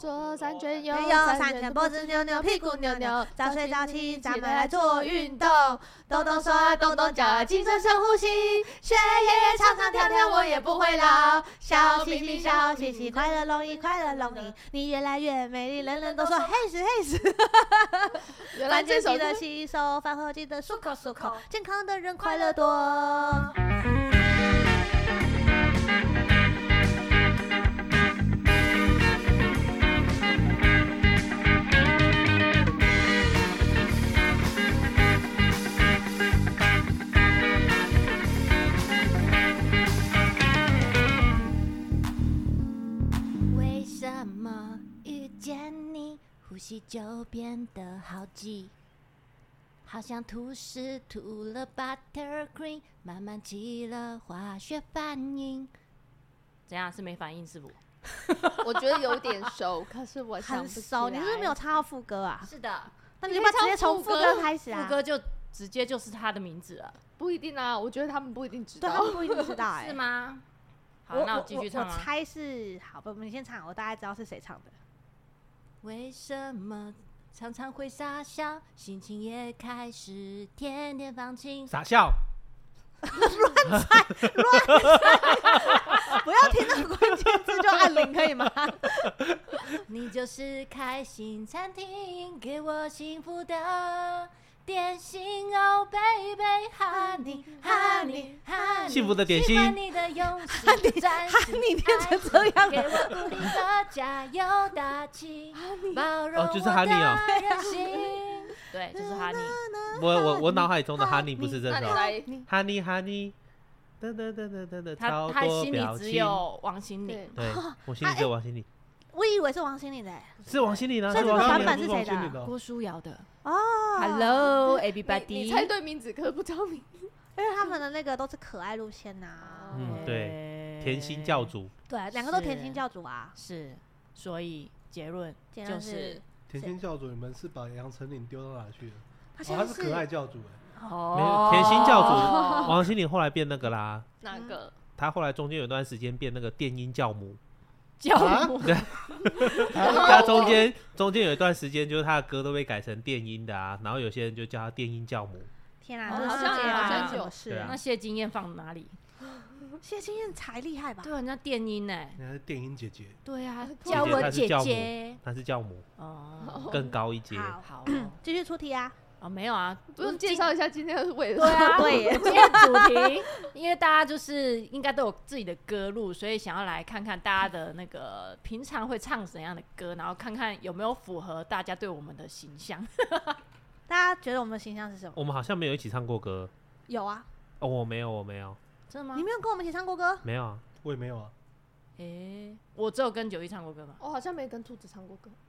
左三圈，右右三三圈，脖子扭扭，屁股扭扭，早睡早起，咱们来做运动，动动手啊，动动脚啊，轻声深呼吸，学爷爷唱唱跳跳，我也不会老。笑嘻嘻，笑嘻嘻，快乐容易，快乐容易，你越来越美丽，人人都说嘿是嘿是。原来饭这前首记歌得洗手，饭后记得漱口漱口，健康的人快乐多。为什么遇见你，呼吸就变得好急？好像吐司涂了 buttercream，慢慢起了化学反应。怎样是没反应是不？我觉得有点熟，可是我想很不起熟，你是不是没有来插到副歌 啊？是的，那你你要可不要以直接唱从副副歌歌开始啊？副歌就直接就是他的名字了，不一定啊，我觉得他们不一定知对，道他。不一定知道哎、是吗？好，我那我我继续我唱我啊。猜是好，不，我们先唱，我大概知道是谁唱 的。为什么常常会傻笑，心情也开始天天放 晴？傻笑，啊不要听到关键字就按铃，可以吗？你就是开心餐厅，给我幸福的点心哦，baby，honey honey honey，幸福的点心喜 欢你啊的 用心，专心，你变成这样给我鼓励和加油打气，包容哦就是我的 honey 哦任性。对，就是哈尼。我我我脑海中的 Honey 不是 这那你首来， ，Honey Honey，噔噔噔噔噔噔，他超他多心里表只情。有王心凌对，对，我心里只有王心凌，我以为是王心凌的 欸是王心凌啊，所以是这个王心版凌本是不王谁的心凌啊哦郭书瑶的。哦 Hello 你你猜 everybody，对名字，可是不知 道名字。因为他们的那个都是可爱路线呐、哦嗯对甜心教主，对，啊两个都是甜心教主啊，是，所以结论简就直是甜心教主，你们是把杨丞琳丢到哪去了？他哦现在他是可爱教主哎，哦没有甜心教主，哦王心凌后来变那个啦，哪个？她后来中间有段时间变那个电音教母，啊教母，她中间中间有一段时间就是她的歌都被改成电音的啊，然后有些人就叫她电音教母，天啊，哎哦这好世像界有发好生像什有么事对那啊谢金燕放哪里？谢金燕才厉害吧？对，人家电音呢？人家是电音姐姐，啊对啊，姐姐叫我 她是姐教母姐。她是教母哦，更高一阶，好，好哦，继续出题啊。哦，没有啊， 不用介绍一下今天是为 对了啊，对耶今天主 题，因为大家就是应该都有自己的歌路，所以想要来看看大家的那个平常会唱怎样的歌，然后看看有没有符合大家对我们的形象。大家觉得我们的形象是什么？我们好像没有一起唱过歌，有啊，哦，我没有，我没有，真的吗你？没有跟我们一起唱过歌？没有啊，我也没有啊。 诶，我只有跟九一唱过歌 嘛。 我好像没跟兔子唱过歌。哦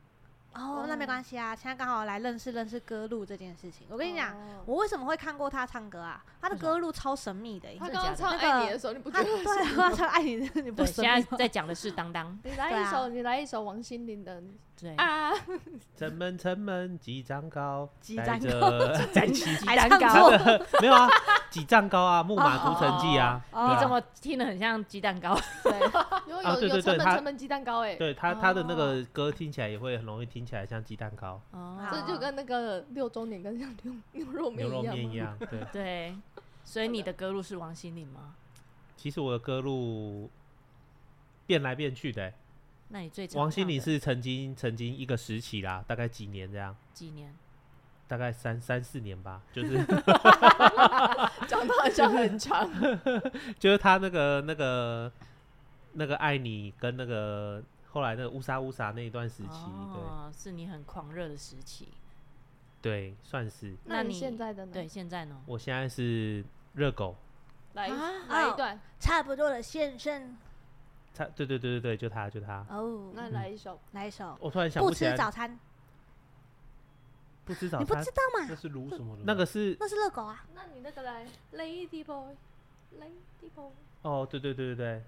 哦，那没关系啊，现在刚好来认识认识歌路这件事情。我我跟你哦讲，，哦我为什么会看过他唱歌啊？他的歌路超神秘的耶。他真的刚刚唱假的《爱那你》个的时候，你不觉 他得？对啊 他唱爱你，你不对，神现秘在吗？在讲的是当当。啊你来对一啊首，你来一首王心凌的对，啊，城门城门几丈高，几丈高高，斩鸡还蛋唱糕错， 没有啊，几丈高啊，木马屠城记啊，哦哦哦对你啊怎么听得很像鸡蛋 糕？因为啊有对对有成对本他成本鸡蛋糕哎，对哦他他的那个歌听起来也会很容易听起来像鸡蛋糕、哦这就跟那个六周年跟像牛牛肉面牛肉面一一样吗。样。对，对，所以你的歌路是王心凌吗？其实我的歌路变来变去的欸、那你最常王心唱凌的是曾经曾经一个时期啦，大概几年这样，几年？大概三三四年吧，就是 讲的好像很 长，就是他那个那个那个爱你跟那个后来那个乌沙乌沙那一段时期，哦，是你很狂热的时期。对对，算是。那你你现在的呢？对，，现在呢？我现在是热狗，来啊哎来一段，差不多了，先生。他对对对对对，就他就他。哦，那来一首。来一首。我突然想不起吃来，早餐，不吃早你不餐知，道那吗？是卢什么的吗？那个是那是热狗 啊。那你那个来，Lady Boy，Lady Boy，哦，对对对对对，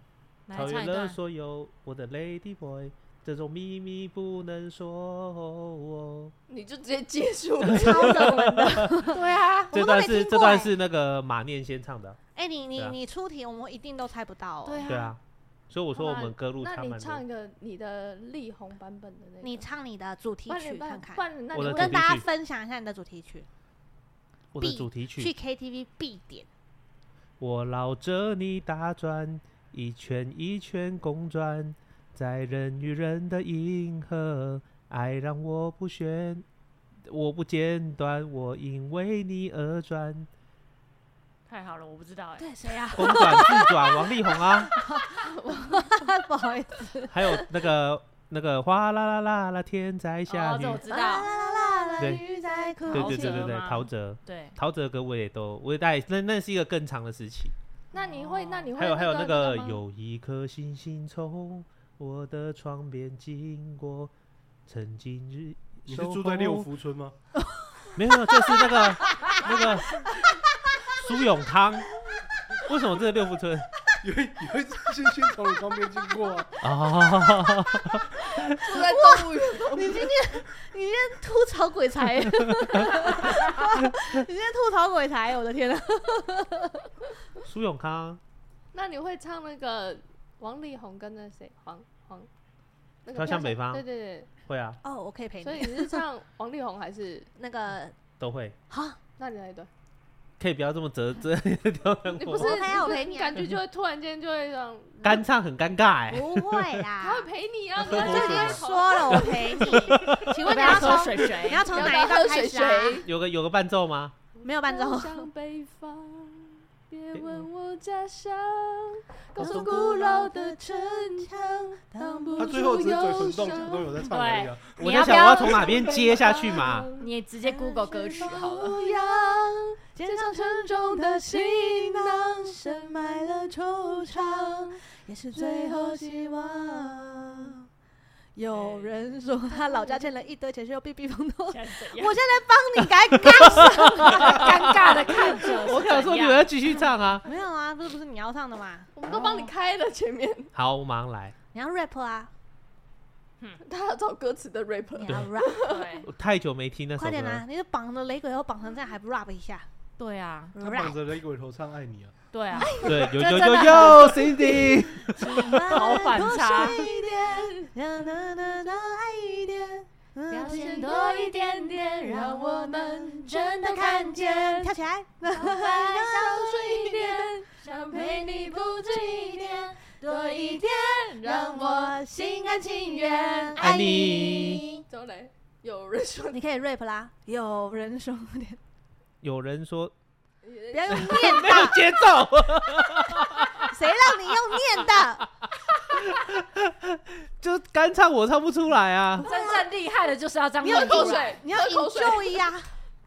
来超唱越一了段。所有我的 Lady Boy，这种秘密不能说哦。你就直接结束。超热门的。 对啊，我们都没这段是听这过欸段是那个马念先唱的，哎、你你、对啊你出题，我们一定都猜不到哦。对啊，对啊，所以我说我好吧们歌路那差你蛮唱一多。个你的力宏版本的那个，你唱你的主题不然你曲不然看看不。然那你我的会呃哦跟主题大家曲分享一下你的主题曲，我的必主题曲去 KTV 必点。我绕着你打转，一圈一圈公转，在人与人的银河，爱让我不选，我不间断，我因为你而转，太好了，我不知道哎、对，谁呀？公转自转，王力宏啊，不好意思，还有那个那个哗啦啦啦啦，天在下哦，雨这，我知啦啦道，啦啦啦，对鱼在哭陶对对对对喆对，吗陶喆，对，陶喆的歌我也都，我也大概那那是一个更长的时期。那你会那你会还有还有那个个吗有一颗星星从我的窗边经过，曾经日你是住在六守候？福村 吗？没有没有，这是那个 那个苏永康。为什么这是六福村？有一有一只猩猩从你旁边经 过啊，哦，住在动物园，你今天你今天吐槽鬼 才，你今天吐槽鬼才，我的天啊呐！苏永康，那你会唱那个王力宏跟那谁黄黄那个飘向北方对对会啊，哦，我可以对，陪所以你。你是唱王力宏还是那个都会。好，那你来一段？可以不要这么折折刁 难你哎不我是吗，我陪啊我陪你你是啊感觉就会突然间 就会让干唱很尴尬哎、不会啦，他会陪你啊，我跟他这我讲你已经要说了我陪你， 请问你要要不要喝从水水？你要从要不哪要一段喝开水始啊？水？有个有个伴奏吗？没有 伴奏飘，向北方，别问我家乡，告诉古老的城墙，挡不他最后住只是嘴忧唇动，什么伤。都有在唱而已啊。你我在要不想我要要从哪边接下去嘛？，你直接 Google 歌曲 好了。悠扬，肩肩上沉重的行囊，深埋了惆怅，也是最后希望。有人说他老家欠了一堆钱，需要避避风 头。我现在是怎样现在帮你改干 什么？尴尬的看着我想说你们要继续唱啊。没有啊，这不是你要唱的吗？我们都帮你开了前面，好，我马上来。你要 rap 啊，他要找歌词的 rapper 你。要 rap， 对我太久没听那首快歌点了。啊！你就绑着雷鬼后绑成这样，还不 rap 一下对啊，他绑？rap 着雷鬼头唱《爱你》啊，对啊，对，有这真有有的有 Cindy， 好反差，一点，让那那那爱一点，嗯表现多一点点，让我们真的看见。跳起来，再孝顺一点，想陪你不止一天，多一点，让我心甘情愿爱你。周磊，有人说 你可以 rap 啦。有人说点，有人说你不要用念没有的，节奏，谁让你用念的？ 就干唱我唱不出来啊。真正厉害的就是要这样你喝弄口出来。水，你要喝口水， enjoy 呀、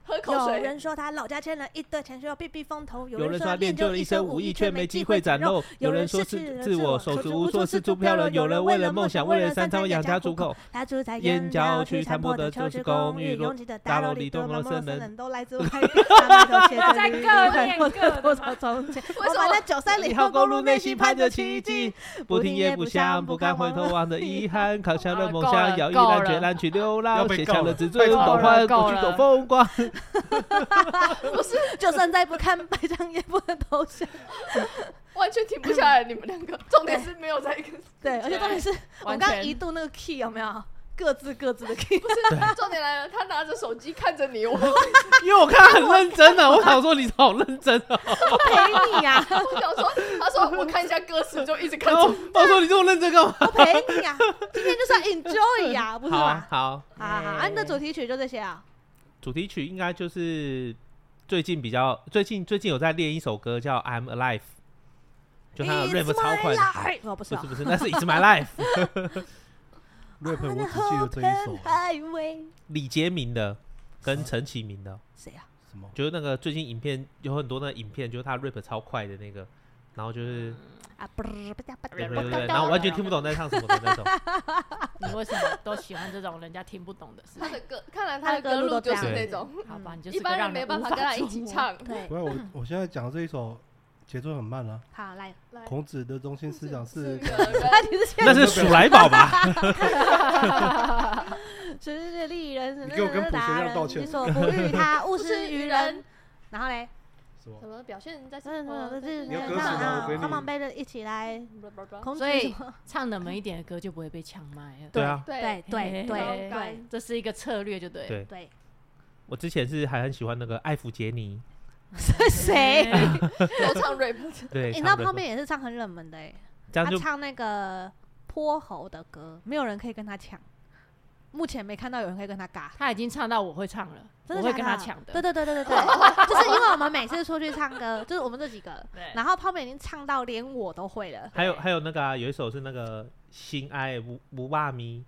喝口有水。人说他老家欠了一堆钱，需要避避风头。有人说他他练就了一身武艺，却没机会展露。露；有人说有是人自是我自我手足手无足无措，措四四处处漂漂流；流有有人人为为了了梦梦想，想为为了了三三餐餐养养家家糊糊口口。他住在燕燕郊郊区区残残破破的的秋秋之之宫宫，与与拥拥挤的大大楼楼里里，多多么么陌陌生生的的人人都来自外地，上面都写着在离各开念或各者的多吗少从前。为我什把么那九三一零号号公公路路内内心心攀攀着着奇奇迹迹，，不不听听也也不不想，想不不敢敢回回头头望的遗 憾，考下了梦够想，了摇曳够烂了决烂去流要浪，被写告下了了纸醉被金告迷了幻，够过去多了风光。就算再不看白墙也不能投降。完全停不下来，你们两个，重点是没有在一个，对，而且重点是我完们刚刚全一度那个 key 有没有各自各自的 key？不是重点来了，他拿着手机看着你，我因为我看他很认真的，我想说你好认真 啊。陪你呀，我想说，他说我看一下歌词，就一直看然着后我。我说你这么认真干嘛？我陪你呀，今天就是要 enjoy 呀，不是好吗啊？好，好好好，啊你的主题曲就这些啊。主题曲应该就是最近比较最近最近有在练一首歌叫《I'm Alive》，就他的 rap 超快的，哦，不是哦不是不是，那是 It's My Life， rap 我只记得这一首啊， Highway 李杰明的跟陈启明的，谁啊？什么？就是那个最近影片有很多那个影片，就是他 rap 超快的那个，然后就是啊，不是不是不对是对不对是对，然后完全听不懂在唱什么的那种，你为什么都喜欢这种人家听不懂的事他情？的歌，看来他的歌路就是那种，好吧，你就是哎一个般人让没无办法跟他一起捉摸。唱。对不，要我，我现在讲这一首节奏很慢啊。好来，来孔子的中心思想是四个人他其实现那是鼠来宝吧？是是利人，你给我跟普贤亮道歉你所不欲他，勿施于人。然后嘞，是吧？什么表现在真的是你要歌让词吗我啊给你帮忙背着一起来，孔子所以什么唱冷门一点的歌就不会被呛麦了。对啊，对对对嘿对嘿对嘿这是一个策略，就对了。对对，我之前是还很喜欢那个艾弗杰尼，是谁？都唱 rap，对，你知唱道的泡面也是唱很冷门的哎，这样他就唱那个泼猴的歌，没有人可以跟他抢，目前没看到有人可以跟他尬。他已经唱到我会唱了，真我的会假跟的他抢的。对对对对对 对，就是因为我们每次出去唱歌，就是我们这几个，对然后泡面已经唱到连我都会了。还有还有那个啊，有一首是那个《心爱不不罢咪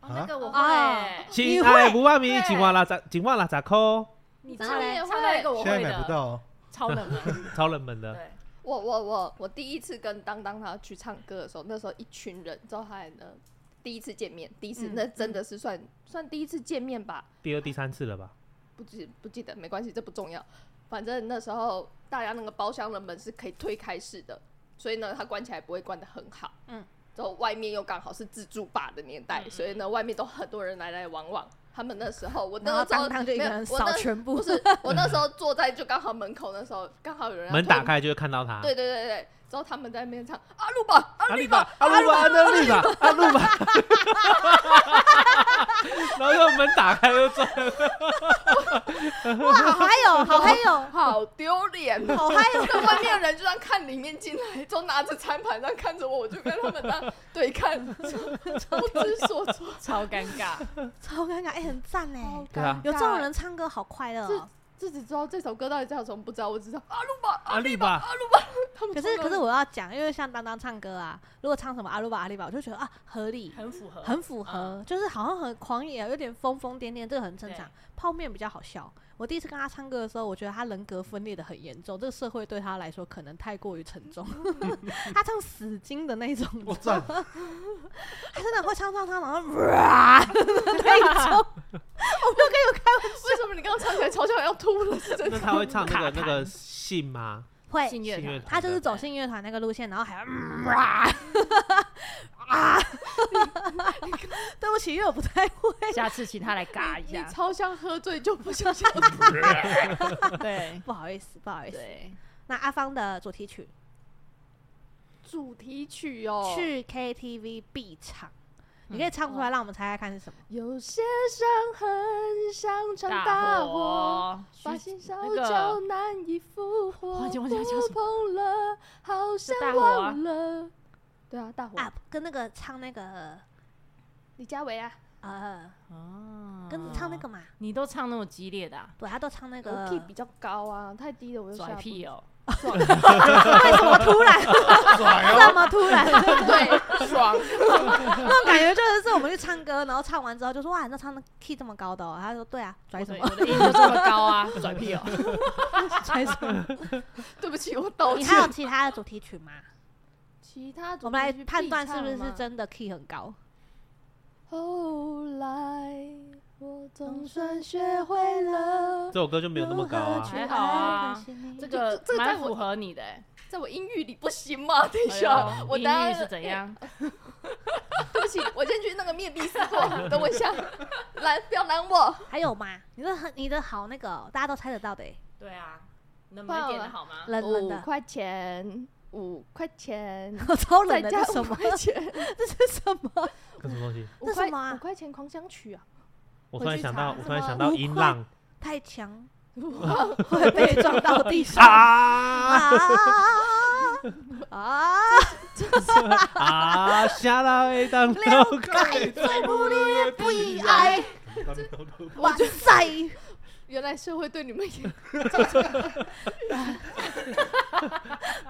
哦那个我哦会》，，心爱不罢咪，对紧忘拉咋紧忘拉咋扣，你真唱的也唱到一个我现在会买不的，到，哦超冷门。 超冷门的。对，我我我我第一次跟当当他去唱歌的时候，那时候一群人，之后还呢第一次见面，第一次、嗯那真的是算算第一次见面吧，第二、第三次了吧？不记不记得没关系，这不重要。反正那时候大家那个包厢的门是可以推开式的，所以呢，它关起来不会关得很好。嗯，之后外面又刚好是自助吧的年代，所以呢，外面都很多人来来往往。他们那时候，我然后那个时候当当就一个没有人我那扫全部不， 是，我那时候坐在就刚好门口，那时候刚好有人要门推打开就会看到他。啊对对对对，之后他们在那边唱啊阿鲁巴阿阿鲁里巴巴，阿鲁巴，阿里巴，阿鲁巴，啊 然后就门打开就走，哇，好嗨哟，好嗨哟，好丢脸 哦！好嗨哟！那外面的人就这样看里面进来，都拿着餐盘这样看着我，我就跟他们这样对 看，不知所措。超尴尬。超尴尬，哎、很赞哎！对啊有这种人唱歌好快乐、哦，自己知道这首歌到底叫什么，不知道，我只知道啊阿鲁巴。阿里巴，他们可是可是我要讲，因为像当当唱歌啊，如果唱什么阿鲁巴阿里巴，我就觉得啊合理，很符 合，很符合，就是好像很狂野，啊有点疯疯癫癫，这个很正常嗯对。泡面比较好笑。我第一次跟他唱歌的时候，我觉得他人格分裂的很严重，这个社会对他来说可能太过于沉 重。他唱死金的那一种，我哦赞，他真的会唱唱唱，然后哇 那一种，为什么你刚刚唱起来嘲笑要吐了？是真那的。他会唱那个那个信吗？会信乐信乐团。团，他就是走信乐团那个路线，然后 还要嗯啊啊！对不起，因为我不太会。 下次请他来尬一你下。超像喝醉就不小心。对不好意思，不好意思。对，那阿芳的主题曲、主题曲哦，去 KTV 必唱，嗯你可以唱出来，让我们猜猜看是什么？有些伤痕像场大火。火，把徐心烧那个焦，难以复活。忘记忘记忘记叫触什么碰了，好像大火啊忘了。对啊，大火。啊，跟那个唱那个李佳薇啊，呃，哦跟唱那个，嘛，你都唱那么激烈的啊，对，他都唱那那个。 key 比较高啊，太低了我就拽下屁哦。哦！为什么突然拽哦，这么突然？ 对，爽。那种感觉就是，是我们去唱歌，然后唱完之后就说哇，你那唱的 key 这么高的、哦，他说对啊，拽我什的么我的音就这么高啊， 拽屁哦！拽什么？对不起，我道你还有歉。其他的主题曲吗？其他主我们来题曲判必断是唱不是吗。真的 key 很高。后来我总算学会了这，首歌就没有那么高如何啊去。还好啊爱可惜你这个 这这在蛮我符合你的欸。在我音域里不行吗？等一哎下呦，我音等下哎域是怎样？对不起，我先去那个面壁思过，等我一下，拦不要拦我。还有吗？你的很你的好那个哦、大家都猜得到的欸，对啊，冷门一点的好吗？冷冷五的，块钱，哦五块钱，超冷再的，加这是五什么？块钱，这是什么？这什么东西？五这块什么啊五块钱狂想曲啊！我突然想到，回去查我突然想到什么音浪太强，会被撞到地上啊啊！啊！啊，下到一当了了解，解。最不烈不以爱。哇塞！原来社会对你们也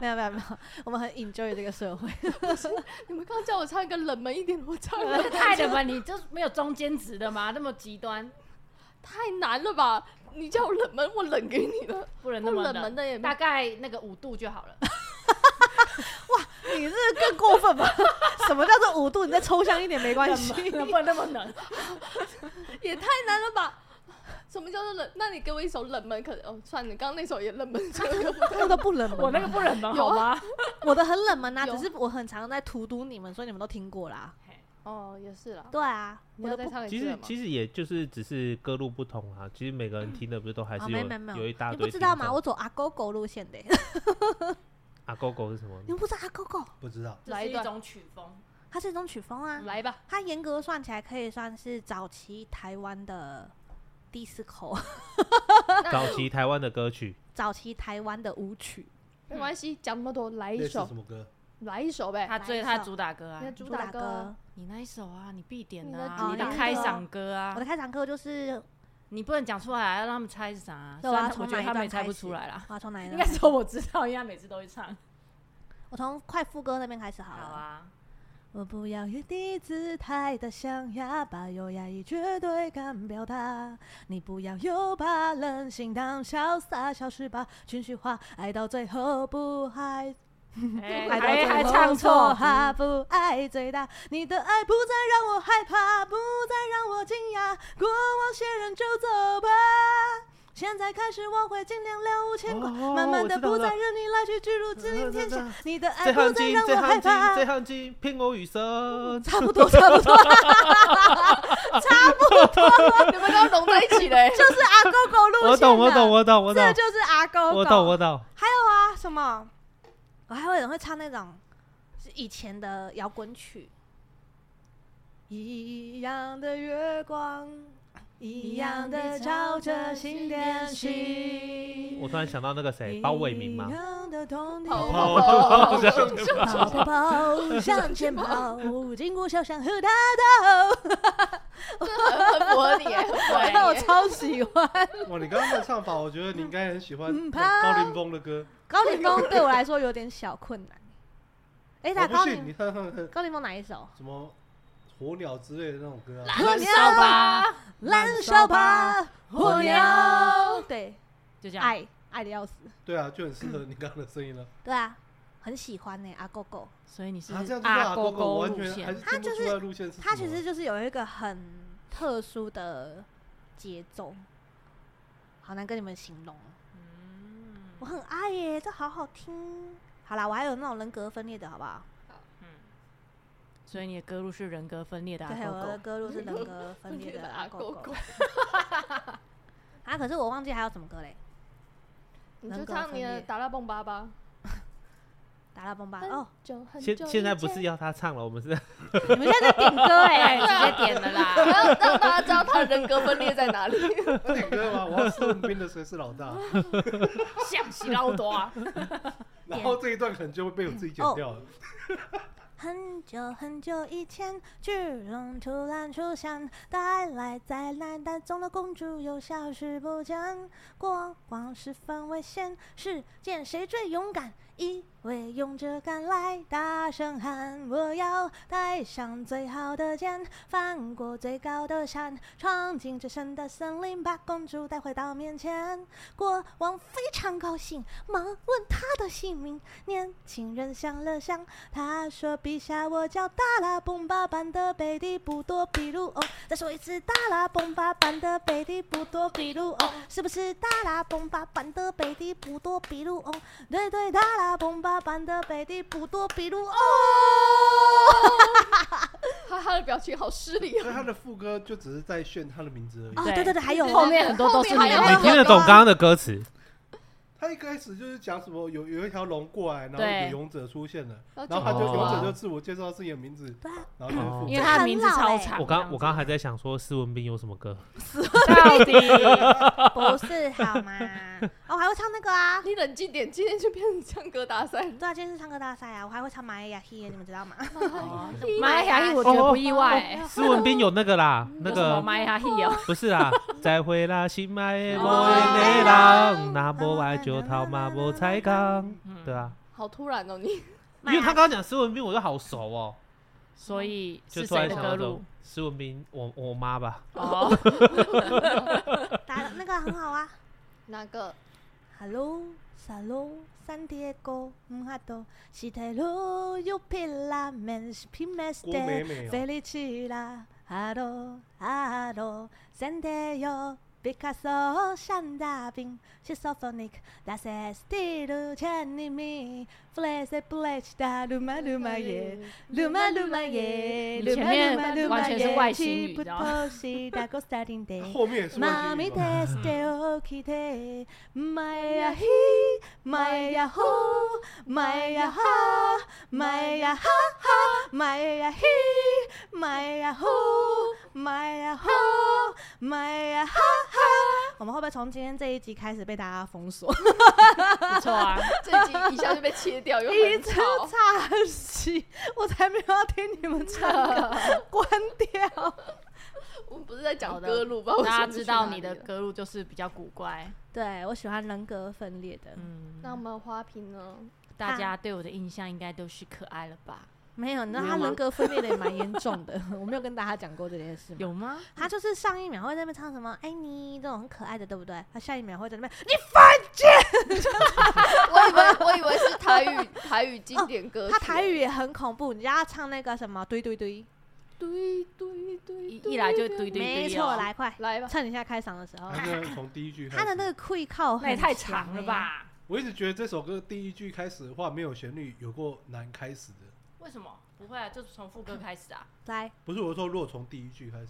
没有没有没有，我们很 enjoy 这个社会。你们刚刚叫我唱一个冷门一点的，我唱的这太冷门，你就是没有中间值的吗？那么极端，太难了吧？你叫我冷门，我冷给你 了。不能那么不冷门的也没大概那个五度就好了。你这更过分吧？什么叫做五度？你再抽象一点没关系。不能那么冷， 也太难了吧？什么叫做冷？那你给我一首冷门，可哦，算了，刚刚那首也冷门，这个 不那个都不冷门啊， 我那个不冷门有啊好吗？我的很冷门呐、有只是我很常在荼毒你们，所以你们都听过啦。哦，也是啦。对啊，你我要的再不唱一其次了实吗？其实也就是只是歌路不同啊，其实每个人听的不是都还啊是没有没没有有一大你堆不听众。知道吗？我走阿狗狗路线的，阿狗狗是什么你？们不知道阿狗狗，不知道，这来是一一段种曲风，它是一种曲风啊。来吧，它严格算起来可以算是早期台湾的 disco，早期台湾的 歌曲，早期台湾的舞曲。没关系，讲那么多，来一类似首什，么歌？来一首呗。他最来一他首主打歌啊你的，主主打打歌歌， 你那一首啊，你必点你的的啊，主你打的开歌场歌啊我的，开场歌就是你不能讲出来，要让他们猜是啥啊。对虽我要然他从我觉哪得一他们段也猜开不始出来啦，我要从哪一应该段？说我知道，因为他每次都会唱。我从快副歌那边开始好好了。啊，我不要一低姿态的象牙，把优雅以绝对感表达。你不要又把任性当潇洒，消失吧，情绪化，爱到最后不爱，爱到哎还最还后唱错，怕不爱最大。你的爱不再让我害怕，不再让我惊讶，过往些人就走吧。现在开始，我会尽量了无牵挂，哦慢慢我的知道嗯不了再任你来去居住指引天知道下了。你的爱醉不汉再精，让醉我害汉精，怕。醉汉精，骗我雨声。差不多，差不 多，。你们都融在一起嘞就是阿狗狗路线我懂，我懂，我我懂，我懂这，就是阿狗狗。我懂，我懂。啊，什么？我还有人会唱那种是以前的摇滚曲，一样的月光，一样的照着新电我视。突然想到那个谁，包伟明嘛一，样的冬哦天跑跑跑 跑跑跑跑，向前跑，经过小巷和大道。很符合你耶，很符合哎你耶。我超喜欢。哇，你刚刚的唱法，我觉得你应该很喜欢嗯怕高凌风的歌。高凌风对我来说有点小困 难。哎、我打哦不高信你凌看 看看高凌风哪一首？什么火鸟之类的那种歌嗯啊，很少吧，燃烧吧，火火苗。哦对，就这样。爱爱的要死。对啊，就很适合你刚刚的声音了。对啊，很喜欢呢、阿狗狗，所以你是啊，这样子阿啊，勾狗狗勾完路全还线是，听不出来路线是什么。它其实就是有一个很特殊的节奏，好难跟你们形容。哦嗯我很爱耶、这好好听。好啦，我还有那种人格分裂的好不好？嗯，所以你的歌路是人格分裂的阿啊对，勾我的勾。歌路是人格分 裂的阿狗狗。啊，可是我忘记还有什么歌嘞。你就唱你的《达拉蹦巴吧达拉崩吧》很哦，久很久以现前。现在不是要他唱了，我们是你们现在在点歌哎、直接点了我啦。要让大家知道他的人格分裂在哪里。那 点歌啊嘛，我要试问兵的谁是老大，哦想起老多啊， 然后这一段可能就会被我自己剪掉哦了。很久很久以前，巨龙突然出现，带来灾难，但中的公主又消失不见。过往十分危险，世间谁最勇敢？一位勇者赶来，大声喊：我要带上最好的剑，翻过最高的山，闯进最深的森林，把公主带回到面前。国王非常高兴，忙问他的姓名。年轻人想了想，他说：“陛下，我叫大拉崩巴班的贝蒂布多比鲁哦。”再说一次，大拉崩巴班的贝蒂布多比鲁哦，是不是大拉崩巴班的贝蒂布多比鲁哦？对对，大拉崩巴班的贝蒂布多比鲁哦。他他的表情好失礼所哦。以他的副歌就只是在炫他的名字而已。哦，对对对对，还有后面很多都是你后面哎还有的 你很听多得懂刚刚的歌词，他一开始就是讲什么有有一条龙过来，然后对有勇者出现了，然然后他就哦勇者就自我介绍自己的名字，对啊然后就是副因为歌他的名字超长。我刚我刚还在想说施文斌有什么 歌，到底欸不是好吗？哦，我还会唱那个啊。你冷静点，今天就变成唱歌大赛了。对啊，今天是唱歌大赛啊，我还会唱玛雅希耶，你们知道吗？马来亚裔，我觉得不哦意外欸。施文斌有那个啦，那有什么个马来亚裔哦，不是啦，再会啦，心爱的哦莫内郎，那无爱就逃嘛，无彩钢，嗯对啊，好突然哦，你因为他刚刚讲施文斌，我就好熟哦，嗯所以就是突谁然的想歌到这路？施文斌，我我妈吧，哦，打那个很好啊。哪个？ Hello, Salo, San Diego, Mhato, Shitero, Yupila, Mens, 郭美 Pimeste, 美哦， Felicila, Haro, Haro, Sendeo, Picasso 山大兵 s h i s o p h o n i c Das estilo c h a n i m i Flash flash 大鲁马鲁马耶，鲁马鲁马耶，你前面完全是外星语不你知道吗透析大哥 starting day。后面也是妈外咪星语的吧 still kite，麦呀嘿，麦呀吼，麦呀哈，麦呀哈哈，麦呀嘿，麦呀吼，麦呀吼，麦呀哈哈。我们会不会从今天这一集开始被大家封锁？不错啊，这集一下就被切掉，又一很直吵。插戏，我才没有要听你们唱 歌，关掉。我们不是在好讲的歌路吧？我大家想不知出道哪你里的了。歌路就是比较古怪，对我喜欢人格分裂的，嗯，那我们花瓶呢？大家对我的印象应该都是可爱了吧？没有，你知道没有他吗人格分裂的也蛮严重的， 我没有跟大家讲过这件事吗。有吗？他就是上一秒会在那边唱什么“爱你”这种很可爱的，对不对？他下一秒会在那边 我以为我以为是台语台语经典歌曲。啊他台语也很恐怖，你知道他唱那个什么“堆堆堆对对对，一一来就堆堆”，堆，没错，哦，来快来吧，趁你现在开嗓的时候，他那从第一句开始，他的那个 quick 靠欸那也太长了？吧？我一直觉得这首歌第一句开始的话没有旋律，有过难开始的。为什么？不会啊，就是从副歌开始啊。来，不是我说，如果从第一句开始，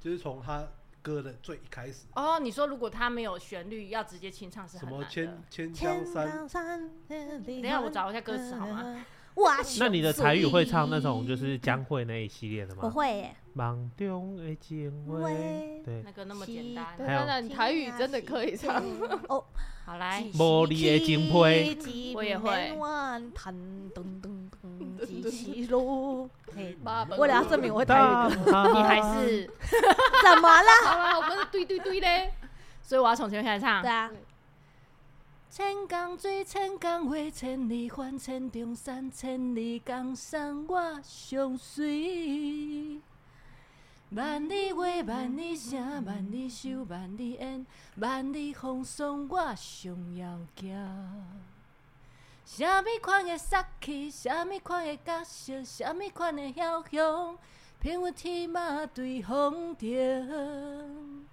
就是从他歌的最一开始，哦，你说如果它没有旋律，要直接清唱是什很难么的。千千江千山，江山，等等一下我找一下歌词好吗？吗？哇，那你的台语会唱那种就熊是江蕙那一系列的我吗？会耶，忙中的情话喂，对，那个那么简西单。等等等，你台语真的可以唱。 哦，好来，无你的金杯我也会噔噔噔噔，几时路？嘿妈妈为了要证明我会台大语歌，你你还是，怎么了？好啦，我们是对对对嘞。所以我要从前面开始唱对。啊对，千江水，千江花，千里帆，千重山，千里江山我上水。万里话，万里声，万里愁，万里烟，万里风霜我上要行。什么款的杀气，什么款的角色，什么款的晓雄，偏有天马对风尘。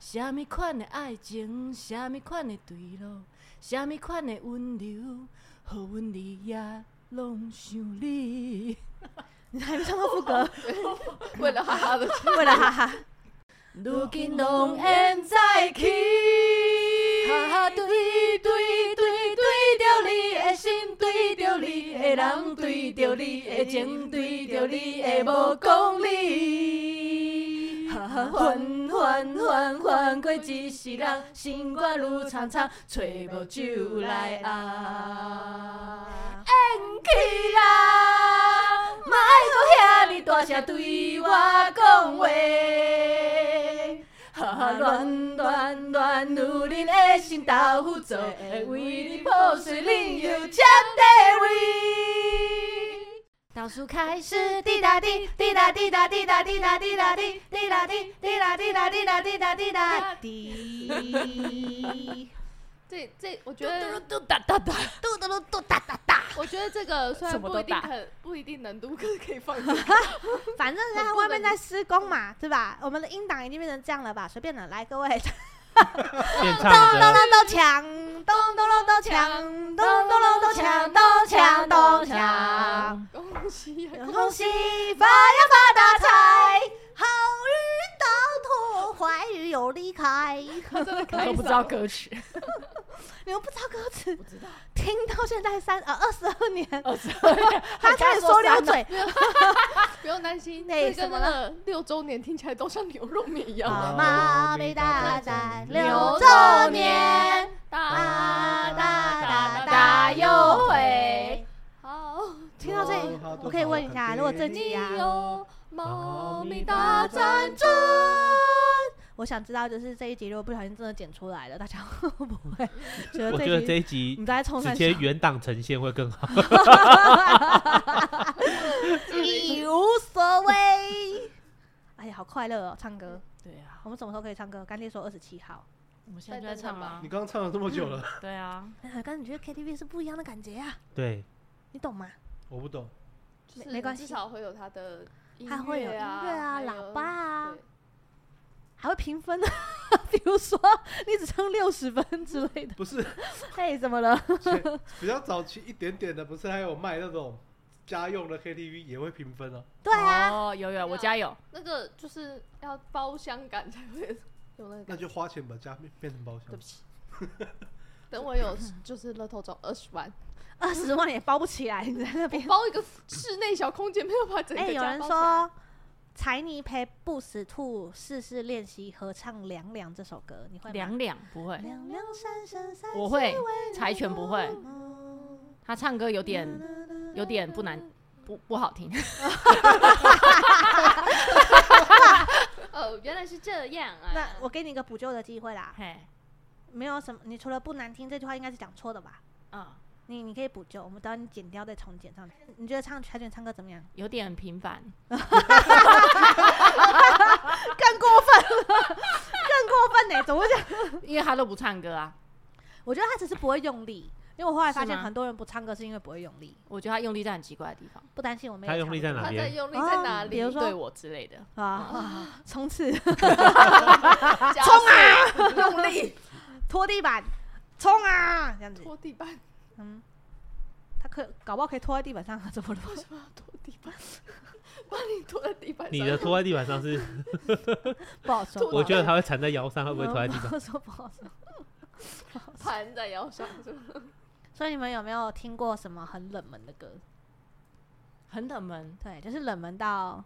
什么款的爱情，什么款的对路，什么款的温柔，互阮你也拢想你。你还没唱到副歌，为了哈哈的，为了哈哈，如今拢缘再起，哈哈对对对对着你的心，对着你的人，对着你的情，对着你的无讲理。哈哈翻翻翻翻过一世人，心肝愈苍苍，吹无酒来啊！放弃啦，莫阁遐尼大声对我讲话。哈哈，乱乱乱，有恁的心豆腐做，会为你破碎，恁又占地位。倒数开始，滴答滴，滴答滴答滴答滴答滴答滴，滴答滴滴答滴答滴答滴答滴答。滴，这这，我觉嘟得，嘟嘟哒哒哒，嘟嘟嘟嘟哒哒哒，我觉得这个虽什然么不都一定打很不一定能读，可是可以放进去。反正他外面在施工嘛，对吧？我们的音档已经变成这样了吧？随便的，来各 位，咚变咚唱的，咚咚锵，咚咚咚咚锵，咚咚咚咚锵，咚锵咚锵。恭喜啊！恭 喜发呀发大财，好运当头，坏运有离开。他真的可以都不知道歌曲，你们不知道歌词？不知道。听到现在三呃二十二年，他他差点说溜嘴。不用担心，那这跟那个六周年听起来都像牛肉面一样。妈妈被大战牛啊六周周年年，哒哒哒哒哒哒哒哒又又回回。好，听到这里，我可以问一下，如果这集你啊，有猫咪大战争，我想知道就是这一集如果不小心真的剪出来了，大家会不会觉得我觉这得一集这一集你在冲直上接原档呈现会更好。已无所谓。 哎呀，好快乐哦，唱歌。对啊，我们什么时候可以唱歌？干爹说二十七号。我们现在就在唱啦你。刚刚唱了这么久了，对啊，哎呀，跟你觉得 KTV 是不一样的感觉啊，对，你懂吗？ 我不懂。就是没没关系至少会有他的音乐啊，它会有音乐啊还有喇叭啊对还会评分呢。啊 比如说你只唱六十分之类的，不是嘿，怎么了？前比较早期一点点的，不是还有卖那种家用的 KTV 也会评分啊？对啊，哦，有有，我家有，那个就是要包厢感才会有那个那感觉。就花钱把家变变成包厢对不。起， 等我有就是乐透中呃二十万，二十万也包不起来，你在那边。包一个室内小空间，没有把整哎、个有家人包起来说柴妮陪不死兔试试练习合唱《凉凉》这首歌，你会吗？嗯两两不会，凉凉山山山，我哎会，柴犬不会，他唱歌有点有点不难，不不好 听。哦，原来是这样啊。那我给你一个补救的机会啦，嘿，没有什么，你除了不难听这句话，应该是讲错的吧？啊，你你可以补救，我们等你剪掉再重剪上去。你觉得唱柴犬唱歌怎么样？有点平凡。 更过分了， 更过分呢、怎么会这样？因为他都不唱歌啊，我觉得他只是不会用力，因为我后来发是现吗很多人不唱歌是因为不会用力。我觉得他用力在很奇怪的地方，不担心，我们他也用力在差不他多哪在边？用力在哪比里？如对说我之类的。啊，冲刺，冲啊！用 力拖地板，冲啊，这样子。拖地板，嗯，他可搞不好可以拖在地板上，怎么了？为什么要拖地板？把你拖在地板上。你的拖在地板上是，不好说。拖我觉得它会缠在腰上，会不会嗯拖在地不板？好 说，不好说。盘在腰上是吗？所以你们有没有听过什么很冷门的歌？很冷门，对，就是冷门到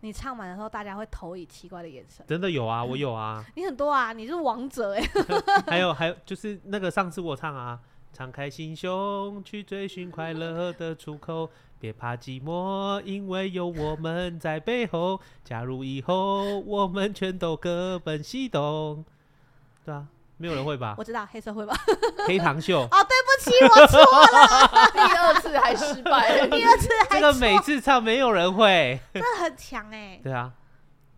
你唱完的时候，大家会投以奇怪的眼神。真的有啊，我有啊，你很多啊，你是王者哎、 还有还有就是那个上次我唱啊，敞开心胸去追寻快乐的出口，别怕寂寞，因为有我们在背后。假如以后我们全都各奔西东，对啊，没有人会吧我？知道黑社会吧？。黑糖秀哦，对不起， 我错第二次还失败 了，第二次还这个错每次唱没有人会，真的很强哎、对啊，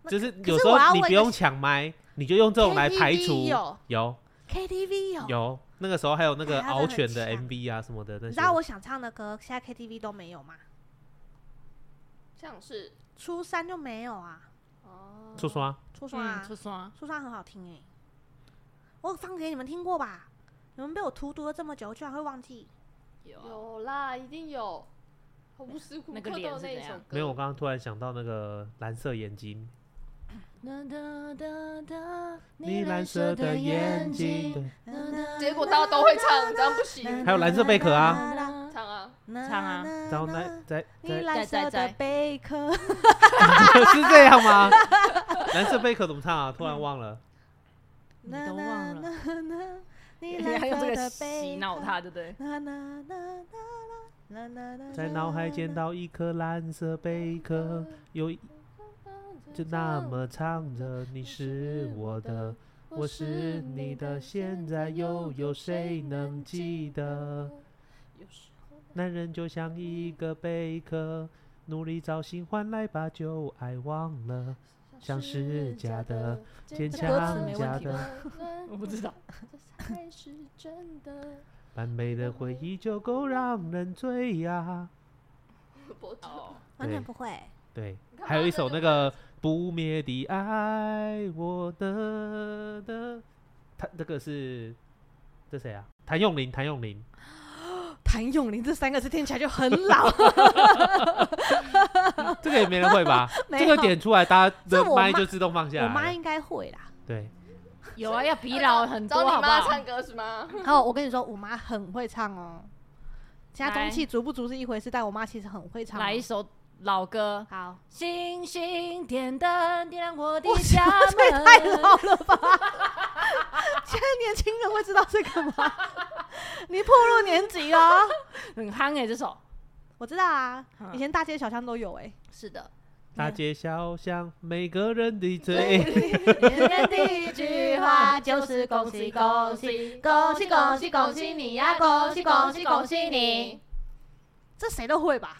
那就是可有是时我要候你问不一用个抢麦，你就用这种来排 KTV 除。有有 KTV 有有，那个时候还有那个哎他真敖的犬很的强 MV 啊什么的那你些知。道我想唱的歌，现在 KTV 都没有吗？像是初三就没有啊，哦，说说啊，初三啊，出双初三很好听哎、我有放给你们听过吧？你们被我荼毒了这么久，居然会忘记？有啊哦有啦，一定有，我无时无刻那个都脸有是那一怎首样歌。没有，我刚刚突然想到那个蓝色眼睛，哒哒哒哒，对嗯结果大家都会唱，这样不行。还有蓝色贝壳啊，啊，唱 啊，唱啊然后那在你在蓝色的贝壳， 是这样 吗？蓝色贝壳怎么唱啊？突然忘了，你都忘了，了。你你蓝还用这色个的贝洗脑他，对不对？ 壳。在脑海见到一颗蓝色贝壳，有一就那么唱着，你嗯是我的，我是你的，现在又有谁能记得？男人就像一个贝壳，努力找寻换来把旧爱忘了。像是假的，坚这歌词强没假问题的，我不知道，这才是真 的。完美的回忆就够让人醉呀、不知道哦，完全不会。对你，看还有他一这首就那个不灭的爱，我的的，他这个是这谁啊？谭咏麟，谭咏麟，谭咏麟这三个字听起来就很老，？这个也没人会吧没这个有点出来，大家这的我麦妈就自动放下我妈来了。应该会啦。对，有啊，要比老很多，找你好不妈好唱？歌是吗？哦，我跟你说，我妈很会唱哦。其他来中气足不足是一回事，但我妈其实很会唱哦。来一首老歌，好，星星点灯点亮我的我家这也太门。老了吧？ 现在年轻人会知道这个 吗？你破入年级哦。很夯哎、这首。我知道啊，嗯以前大街小巷都有哎、是的，大街小巷，每个人的嘴。人人第一句话就是恭喜恭喜，喜恭喜恭喜恭喜你呀恭喜恭喜恭喜你！这谁都会吧？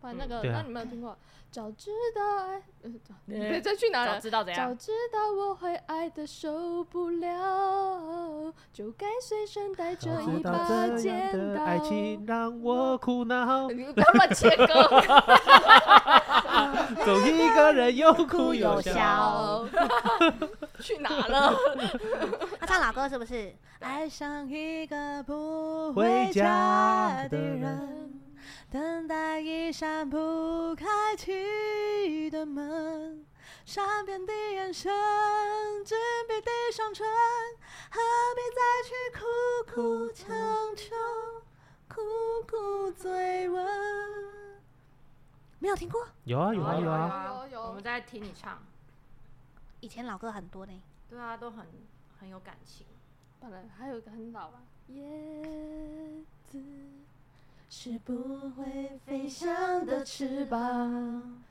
把那个，对啊那你没有听过？早知道爱，呃早你别 再去哪早了？知道怎早样？知道我会爱的受不了，就该随身带着早一知道把这样剪刀。的爱情让我苦 恼，你干嘛切 歌？总一个人又哭又笑。笑去哪了？他唱老歌是不是？爱上一个不回回家家的的人人，等待一扇不开启的门，善变的眼神，紧闭的双唇，何必再去苦苦强求，苦苦追问？没有听过，有啊哦有啊有啊，有有，我们在听你唱，以前老歌很多呢。对啊，都很很有感情。本来还有一个很老啊，叶子是不会飞翔的翅膀，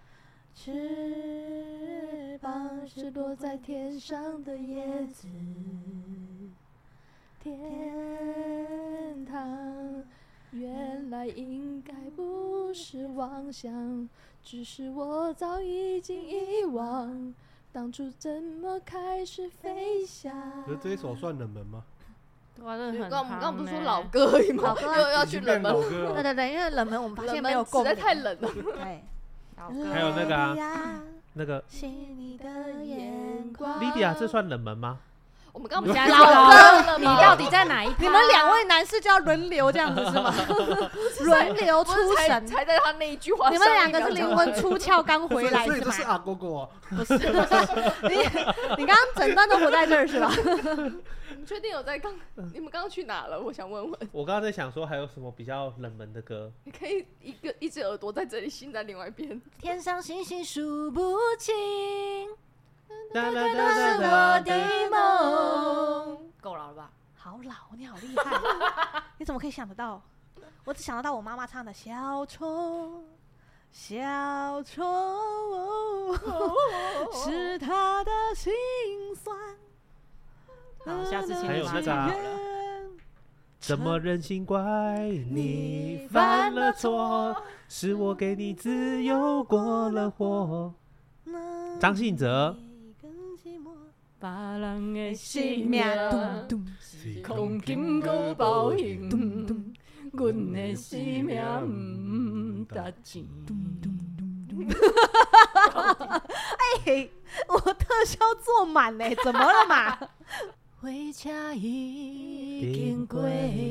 翅膀是落在天上的叶子。天堂原来应该不是妄想，只是我早已经遗忘，当初怎么开始飞翔可？是这一首算冷门吗？对啊，这我很们嗯刚我们刚不是说欸老歌，歌而已吗老？歌啊又要已去经冷变门老，歌对 了。对对，因为冷门我们发冷现没有门共实在鸣。太冷了。对，老歌还有那个啊啊，那个是你的眼啊光。 Lydia 这算冷门吗？我们刚我不们是家说老歌了你吗？到底在哪一趴？你们两位男士就要轮流这样子是 吗？轮流出不是才神，才在他那一句话上你一们秒两讲，个是灵魂出窍刚所回以来所以是这是吗？阿公公啊，不是，你你刚刚整段都活在这儿是吧？你们确定有在刚？你们刚刚去哪了？我想问哎问，我刚刚在想说还有什么比较冷门的歌，你可以一个一只耳朵在这里，心在另外一边。天上星星数不清，哒哒都是我的梦。够老了吧？好老，你好厉害，你怎么可以想得到？我只想得到我妈妈唱的《小虫》，小丑、是他的心酸。好，下次请还你有妈那个唱啊好了。怎么忍心怪你犯了错？是我给你自由过了 火。张信哲，把人的生生命命，咚咚黄金够报 应， 阮的生嗯命不值钱。嘿，哎我特效做满嘞，怎么了 嘛？火车已经过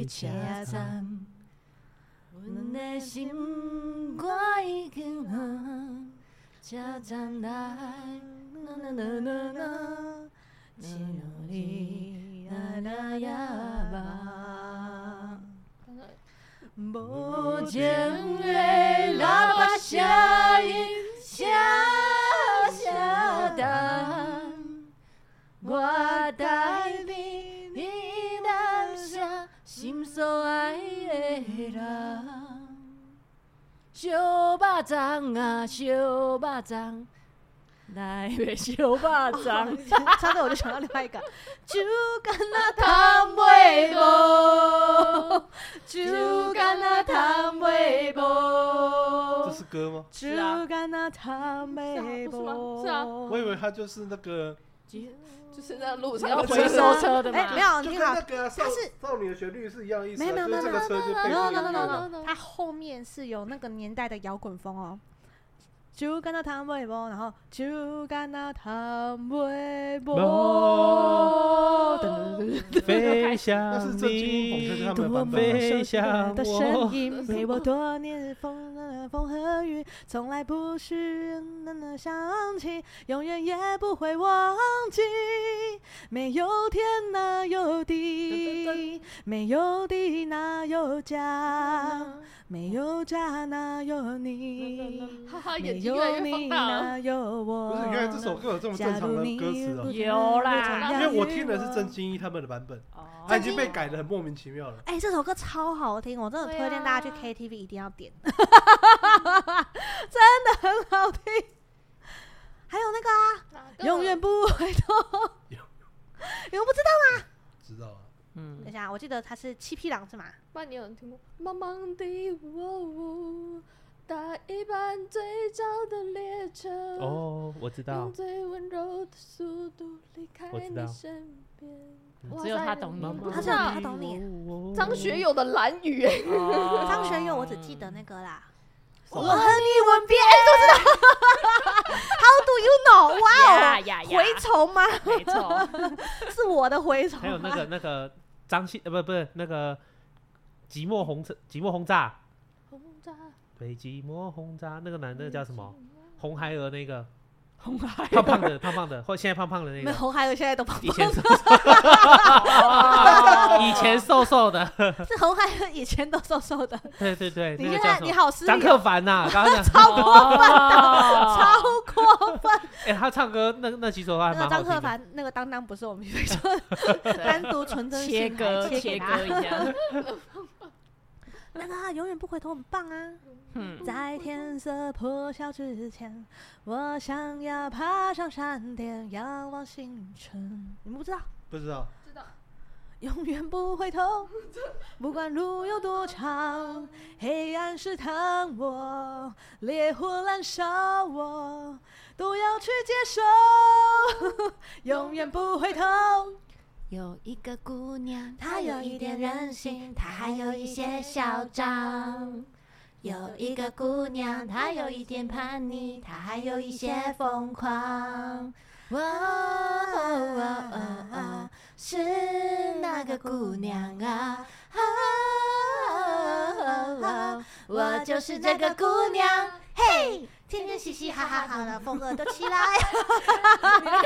车站，阮的心肝已经红。车站内，啦啦啦啦啦，只有你啦啦呀吧。无情的喇叭声音，声声重。我待你，你难舍，心所爱的人。小肉粽啊，小肉粽，来杯小 肉粽， 唱到我就想到另外一个， 就跟那汤尾袂无，酒干那汤袂这无，是歌吗？酒干那汤袂是啊不无。是吗我以为他就是那个，就是在路你上要的回收车的哎、嘛？没有，就你跟好那，个啊少是少女的旋律是一样的意思啊。没有没有就是这个车就被 no, 这个 no, no, 音乐 no, 它后面是有那个年代的摇滚风哦。就跟那汤尾波，然后就跟那汤尾波，飞那向是郑钧鹏，这是你他，们的多版么本啊。飞向的声我。 音陪我多年的风呃风和雨，从来不是那那想起，永远也不会忘记。没有天哪有地，没有地哪有家，没有家哪有你，哈哈，没眼睛越来有越你放大哦了。哪有我。不是，原来这首歌有这么正常的歌词哦。有啦因为我听的是郑钧一他们的版本，哦他已经被改的很莫名其妙了。哎、这首歌超好听，我真的对推荐大家去啊 KTV 一定要点， 真的很好听。还有那个啊，永远不回头，你们不知道？知道啊，嗯等一，下，我记得他是七匹狼是吗？那你有人听过？茫茫的雾，搭一班最早的列车。哦，我知道用，最温柔的速度离开我知道你身边。哇只有塞他懂你不他他知是道他懂你。哦 张学友的《蓝雨》哎，哦哦张学友，我只记得那个啦，什么我和你吻别，哎，都知 道。How do you know？哇呀哦，呀呀，哎蛔虫吗？没错，是我的蛔虫吗。还有 那个那个张信呃不不是那个寂寞轰炸寂寞轰炸轰炸被寂寞轰炸那个男的叫什么？嗯红孩儿那个红海胖胖的胖胖的或现在胖胖的那没有个红孩儿现在都胖以胖，前瘦 以前瘦瘦的 是红孩儿以前都瘦瘦的，对对对你那个现叫在什你么好失张礼哦，克凡呐刚刚讲超过分超的，过分。哎他唱歌那那几首歌还那哎蛮个好张听克的凡那个当当不是我们学生，单独纯真切性割爱切切给他割一下，那个啊永远不回头很棒啊。嗯，在天色破晓之前，我想要爬上山巅，仰望星辰。你们不知道，不知道，知道永远不回头，不管路有多长，黑暗试探我，烈火燃烧我，都要去接受。永远不回头，有一个姑娘，她有一点任性，她还有一些嚣张。有一个姑娘，她有一点叛逆，她还有一些疯狂。哇哦哇啊哦啊哦啊，！是那个姑娘啊，啊哦哦，我就是这个姑娘，嘿，天天嘻嘻哈哈，好了，风儿都起来。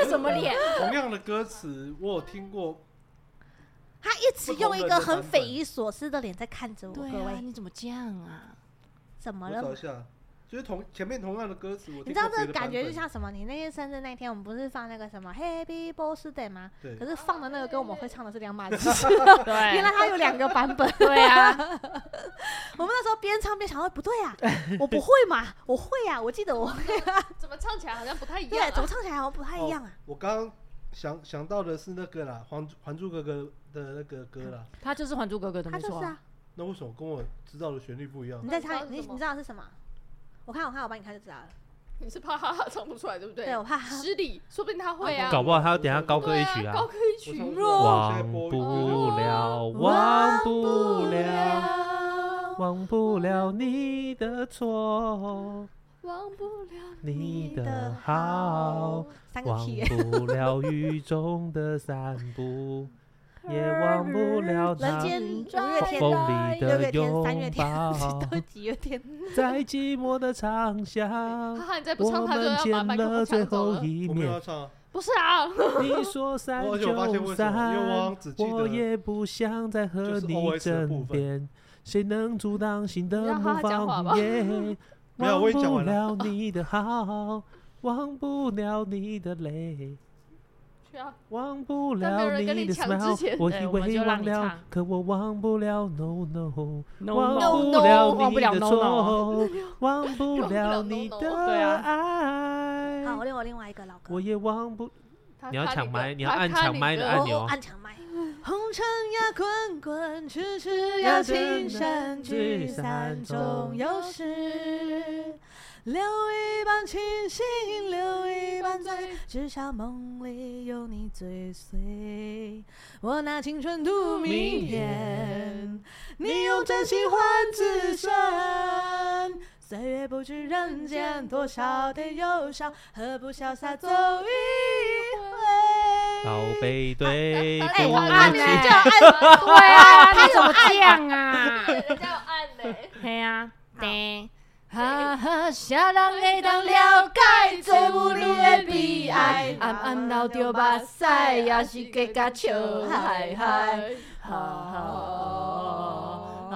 什么脸？啊同样的歌词我有听过，他一直用一个很匪夷所思的脸在看着我，各对啊，位，你怎么这样啊？怎么我了找一？下，就是同前面同样的歌词，我你听知道过这别个的感版觉本就像什么？你那天生日那天，我们不是放那个什么 Happy Birthday 吗？对可，是放的那个跟我们会唱的是两码子 事。 原来对，它有两个版本。 对啊，我们那时候边唱边想到，不对 啊，我不会嘛，我会啊，我记得我会啊。 怎么唱起来好像不太一样对，怎啊么？唱起来好像不太一样啊？我刚刚想想到的是那个啦，《还珠还珠格格》的那个歌啦，他就是《还珠格格》的，他没就错是啊，哦啊，那为什么跟我知道的旋律不一样你？再那你知道唱，是你什么你知道是什么？我看，我看，我帮你看就知道了。你是怕哈哈唱不出来对不对？对，我怕他失礼，说不定他会啊。搞不好他等一下高歌对一啊曲啊高歌一曲我唱咯。忘不了忘不了啊忘不了你的错忘不了你的好。三个忘屁耶。不了雨中的散步，也忘不了 人那间五月天风里六的月天、三月拥天、 抱，都几月天？在寂寞的长巷，哈哈，你再不我唱，他就们要把见麦克风了最抢走后了。一我没有要面。唱啊，不是啊，你说散我而且我发现就为什么，因为我好散像，只记我得也不想再和就是你 OS 的部争分辩。谁能阻挡心你的让怒哈哈讲话吧放耶？没有忘我已经讲不完了了你的好，忘不了你的泪。去啊，忘不但没有了人跟你你的抢之 smile，前我对以我们为就让忘你了唱，可我忘不了，no no， No 忘 no，忘不你了的 no no，错，忘不忘不了了你 no no 对的啊好，我爱，另我另外一个老歌我，也忘不，他你要卡抢个麦你要他按卡抢你麦的歌按我钮我按墙麦。红尘呀滚滚，痴痴呀情深，聚散终有时。留一半清醒，留一半醉，至少梦里有你追随。我拿青春赌明天，你用真心换此生。岁月不知人间多少的忧伤，何不潇洒走一回？宝贝对哎不我按起呢欸 哎就按对啊，你怎么这样 啊？人家有按欸嘞，嘿啊，对。哈哈，啥人会当了解做母女的悲哀？暗暗流着目屎，也是加加笑，嗨嗨，哈哈，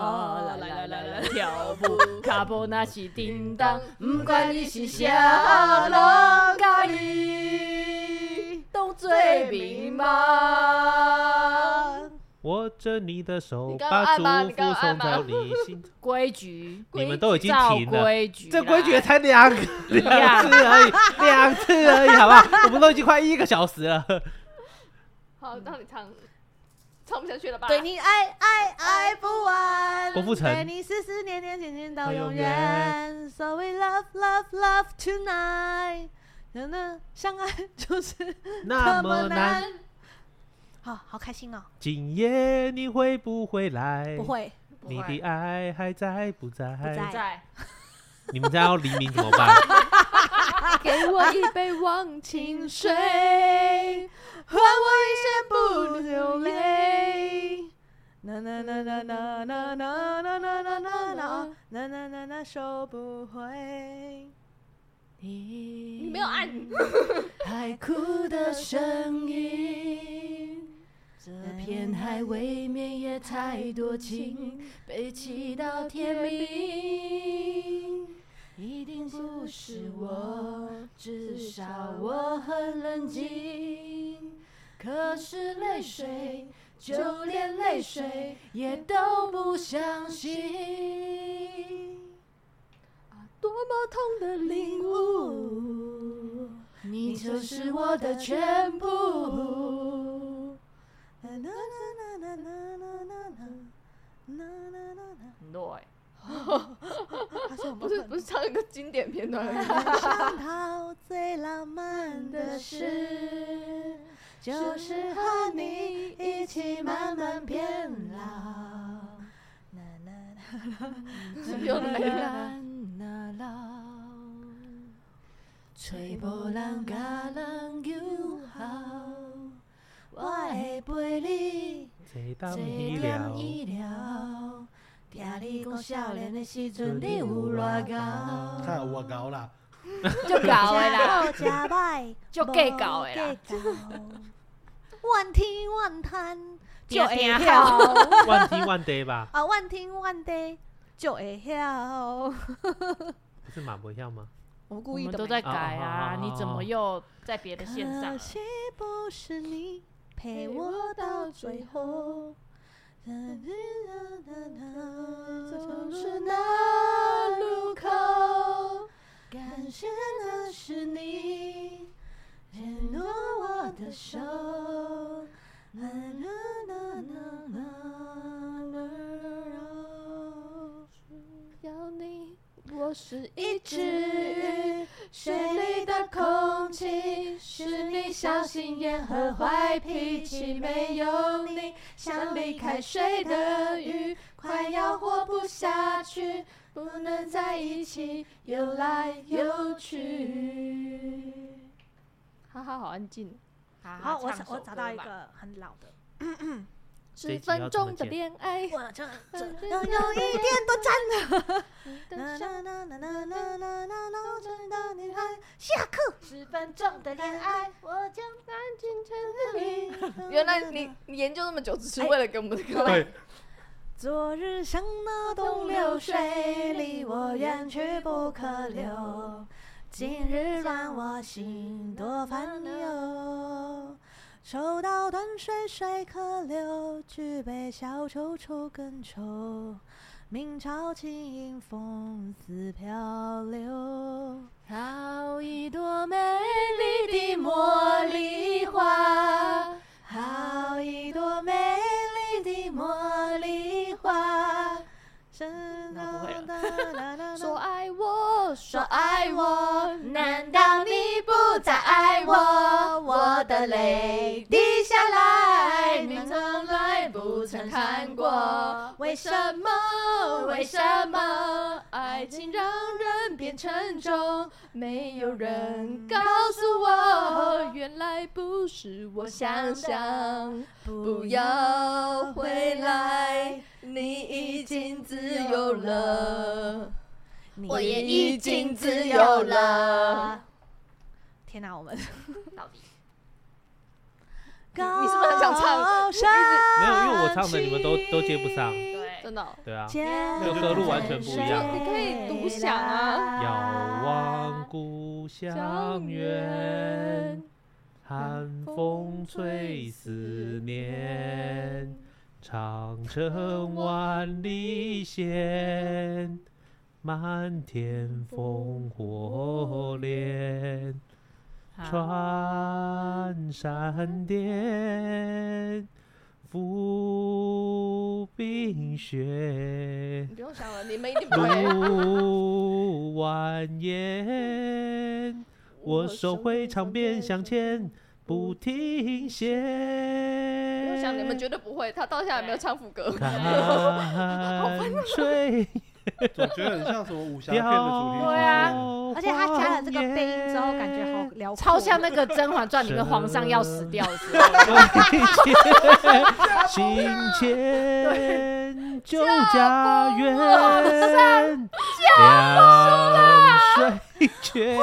啊来来来来跳舞，卡步那是叮当，不管你是啥人，甲你都做迷茫。握着你的手，你刚把按祝吧你刚福按送吧到你心。规矩，你们都已经照停了，规矩啦， 这规矩也才两两次而已，两次而已，好不好？我们都已经快一个小时了。好，让你唱，唱不下去了吧？对你爱爱爱不完，郭富城对你思思念念，念念到到永永远。So we love love love tonight。人呢，相爱就是那么难，。好好开心哦！今夜你会不会来？不会，你的爱还在不在？不在在你们家要黎明怎么办？给我一杯忘情水，换我一生不流泪。呐呐呐呐呐呐呐呐呐呐呐啊呐呐呐呐呐收不回。你 你没有按，海哭的声音，这片海未免也太多情，被气到天明。一定不是我，至少我很冷静。可是泪水，就连泪水也都不相信。多么痛的领悟。你就是我的全部。呐呐呐呐呐呐呐呐呐呐呐。很弱哎、他说我们不是不是唱一个经典片段而已，想到最浪漫的事，就是和你一起慢慢变老。呐呐呐又来了。啦啦，吹无人甲人友好，我会陪你这当坐医点疗，医疗。听你讲少年的时阵，你有偌嗯高？太有我高啦，就搞的啦，食歹，就计较的啦无计较。怨天怨叹，就就会会晓晓万天万地吧？啊！怨天怨地，就会晓。不是马博像吗？我我故意们的都没。在改改啊，啊哦哦哦哦你怎么又在别的线上可了？惜不是你陪我到最后，总是那路口。感谢的是你牵住我的手。啦啦啦啦啦啦啦要你，我是一一只只鱼，水里水里的的空空气气，是是你你小小心心眼眼和和坏坏脾脾气，气。没没有有你你，像像离离开开水水的的鱼鱼，快快要要活活不不下下去去，不能在一起游来游去。哈哈，好安静。好，我唱首我找到歌一吧，个很老的，这十一集要分怎么钟的剪恋爱，我这这有有一点多赞。你啦的笑啦啦啦啦啦啦啦啦，真的女孩下课。十分钟的恋爱，我将安静成你。 原原来来你你你研究那么久，只是为了给我们歌。对，昨日像那东流水，离我远去不可留。今日乱我心，多烦忧。抽刀断水水可流，举杯消愁愁更愁。明朝清影风似飘流。好一朵美丽的茉莉花，好一朵美丽的茉莉花。真那不会了 的说爱我，说说爱我，难难道你不再爱我？我的泪滴下来，你从来不曾看过。为什么？么？为为什什么么爱情让人变沉重？没有人人告告诉我，原来不是我想象。不不要要回回来来，你已经自由了，我也已已经经自自由由了了。天哪，我们到底你你是不是很想唱没有，因为我唱的你们都都接不上，对真的哦、对啊。这个歌路完全不一样你可以独享啊遥望故乡远，寒风吹思念。长城万里线，漫天烽火连。穿山巅，覆冰雪你，不用想了，你 们一定不会。路蜿蜒。我手挥长鞭向前，不停不用 歇。 想，你们绝对不会。他到现在还没有唱副歌。看春总觉得很像什么武侠你片的好主题曲。会对啊而且他加了这个背音之后，感觉好辽阔，超像那个《甄嬛传》里面皇上要死掉的时候，心牵旧家园，凉水泉，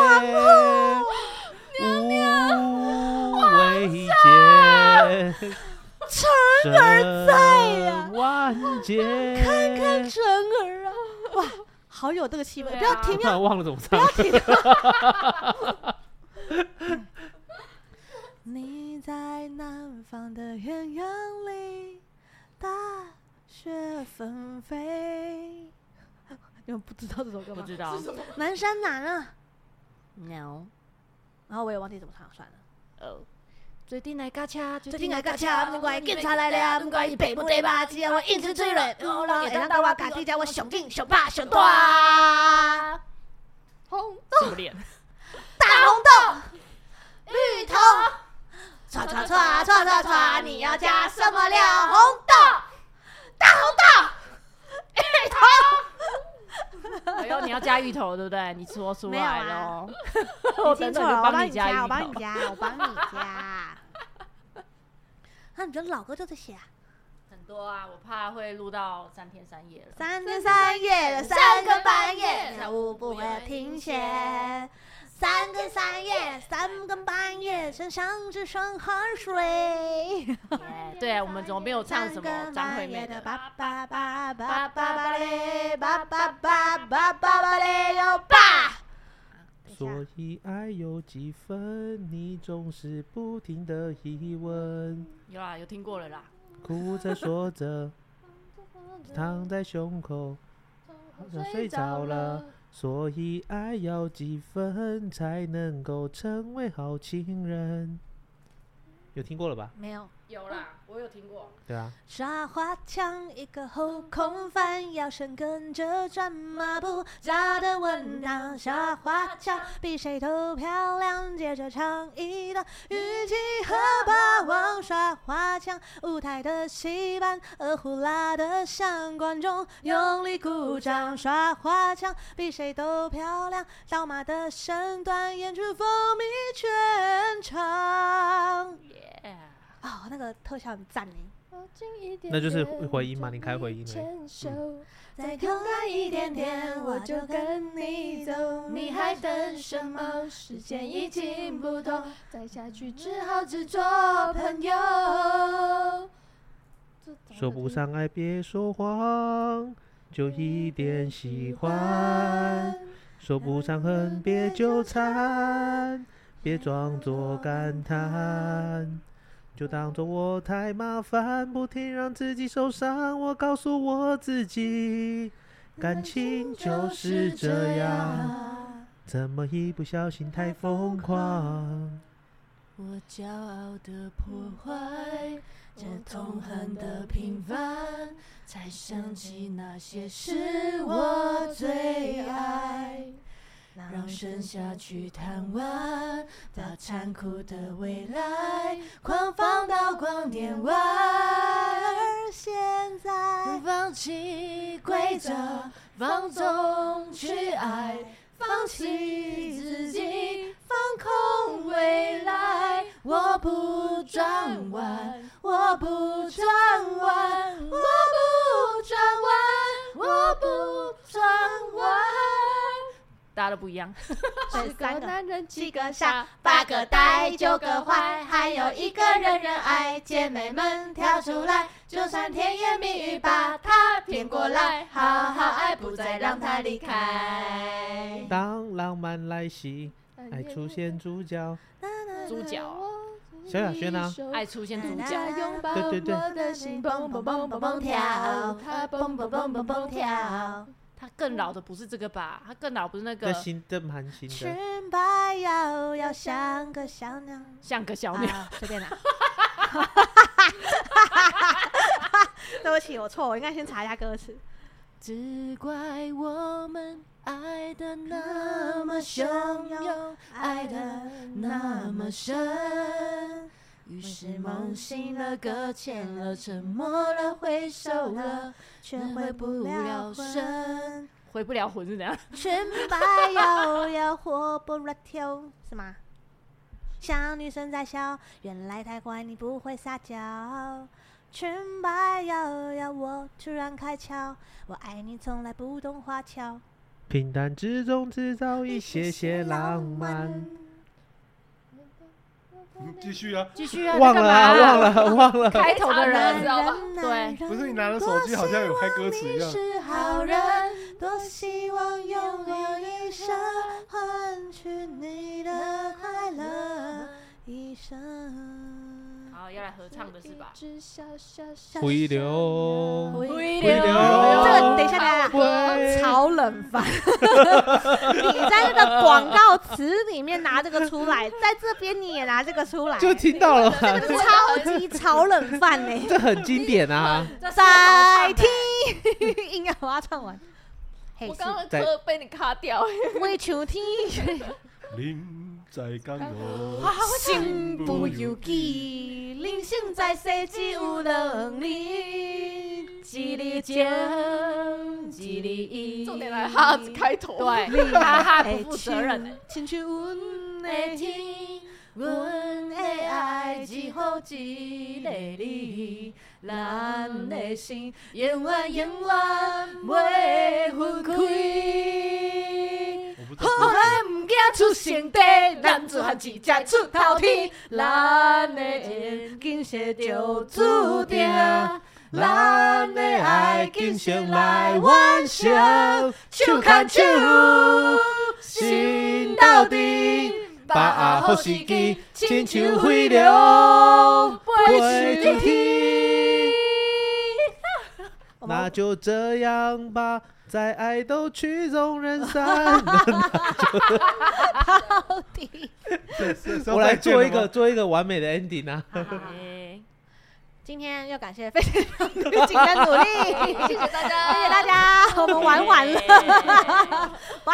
无畏艰，臣儿在呀，万劫，看看真儿啊，哇，好有这个气氛，对啊不要停我突掉，然忘了怎么唱， 你在南方的远洋里，大雪纷飞。 你们不知道这首歌不吗？知道。南山南啊， No，然后我也忘记怎么唱了，算了。哦，最近来驾车，最近来驾车，不管警察来了，不管伊爸母在吧，只要我一直追人，我让会当到我家己，只我上进上霸上大。红什么脸？大红豆、绿头，唰唰唰唰唰唰，你要加什么料？红豆、大红豆、绿头。哎呦，你要加芋头对不对？你说出没有来啊喽。 我等等就帮加芋头。加， 我帮你加。那你觉得老歌就这些啊？很多啊，我怕会录到三天三夜了。三天三夜的三更半夜，跳舞不会停歇。三更三夜，三更半夜，身上只剩汗水。耶对啊，我们怎么没有唱什么张惠妹的的？爸爸爸爸爸爸嘞，爸爸爸爸爸爸嘞哟爸。所以爱有几分，你总是不停的疑问，有啦，有听过了啦。哭着说着，躺在胸口，我睡着了。所以爱要几分才能够成为好情人？有听过了吧？没有。有啦，我有听过。对啊，耍花枪，一个后空翻，腰身跟着转马步，扎得稳当。耍花枪，比谁都漂亮，接着唱一段。虞姬和霸王耍花枪，舞台的戏班，呃二胡拉得像观众，用力鼓掌。耍花枪，比谁都漂亮，刀马的身段，演出风靡全场。耶。哦，那个特效很赞呢。那就是回音嘛你开回嗯音而已牵手，再勇敢一点点，我就跟你走。你还等什么？时时间已经不同，再下去只只好好只做朋友。说不上爱别说谎，就一点喜欢；说不上恨别纠缠，别装作感叹。就当做我太麻烦，不停让自己受伤。我告诉我自己，感情就是这样，怎么一不小心太疯狂？我骄傲的破坏，我这痛恨的平凡，才想起那些是是我我最最爱爱。。让盛夏去贪玩，把残酷的未来狂放到光年外。而现在，放弃规则，放纵去爱，放弃自己，放空未来。我不转弯，我不转弯，我不转弯，我不转弯。大家都不一样。十个男人七七个傻，八个呆，九个坏，还有一个人人爱。姐妹们跳出来，就算甜言蜜语把它骗过来，好好爱，不再让它离开。当浪漫来袭，爱出现主角。猪脚，萧亚轩啊爱出现主哎角，家拥抱对对对我的心，蹦蹦蹦蹦蹦跳，它蹦蹦蹦蹦蹦跳。他更老的不是这个吧？他更老不是那这个新这蛮新的，裙摆摇摇像个小鸟。像个小鸟。啊，随便拿。 对不起，我错，我应该先查一下歌词。只怪我们爱的那么汹涌，爱的那么深，于是梦醒了，搁浅了，沉默了，挥手了，却回不了神，回不了魂是怎样？裙摆摇摇，活蹦乱跳，是吗？小女生在笑，原来太乖，你不会撒娇。裙摆摇摇，我突然开窍，我爱你从来不懂花俏。平淡之中制造一些些浪漫。嗯继续啊，继续啊，忘在了干啊，嘛忘了，忘了。开头的男人，人知道吧？男对，人不是你拿着手机好像有开歌词一样。是好好人，人，多希望拥有一生换取你的快乐，一生。好，要来合唱的是吧？只小小小回流，回流这个等一下，等一下，回超冷饭。你在那个广告词里面拿这个出来，在这边你也拿这个出来，就听到了嘛，超级炒冷饭 呢。这很经 典啊。这是再我听， 硬要把它唱完。嘿，我是刚刚在的歌被你卡掉，为求听，林在江头，身不由己，人生在世只有两日，一日情，一日意。重点来哈子开头， 对，哈哈不负责任欸。亲像阮的的天，阮的爱只好一个你，咱的心永远永远袂分开。我不知道好歌汉毋惊出成地，男子汉一只出头天，咱的缘今世就注定。咱的爱今生来完成，手牵手，心到底，把握好时机，亲像飞流飞上天。那就这样吧，再爱都曲终人散。 到底。是是是要我来再见做了一个吗做一个完美的 ending 啊！ 哎今天要感谢非常的谨的努力，谢谢大家，谢谢大家，我们玩完了，拜拜。拜。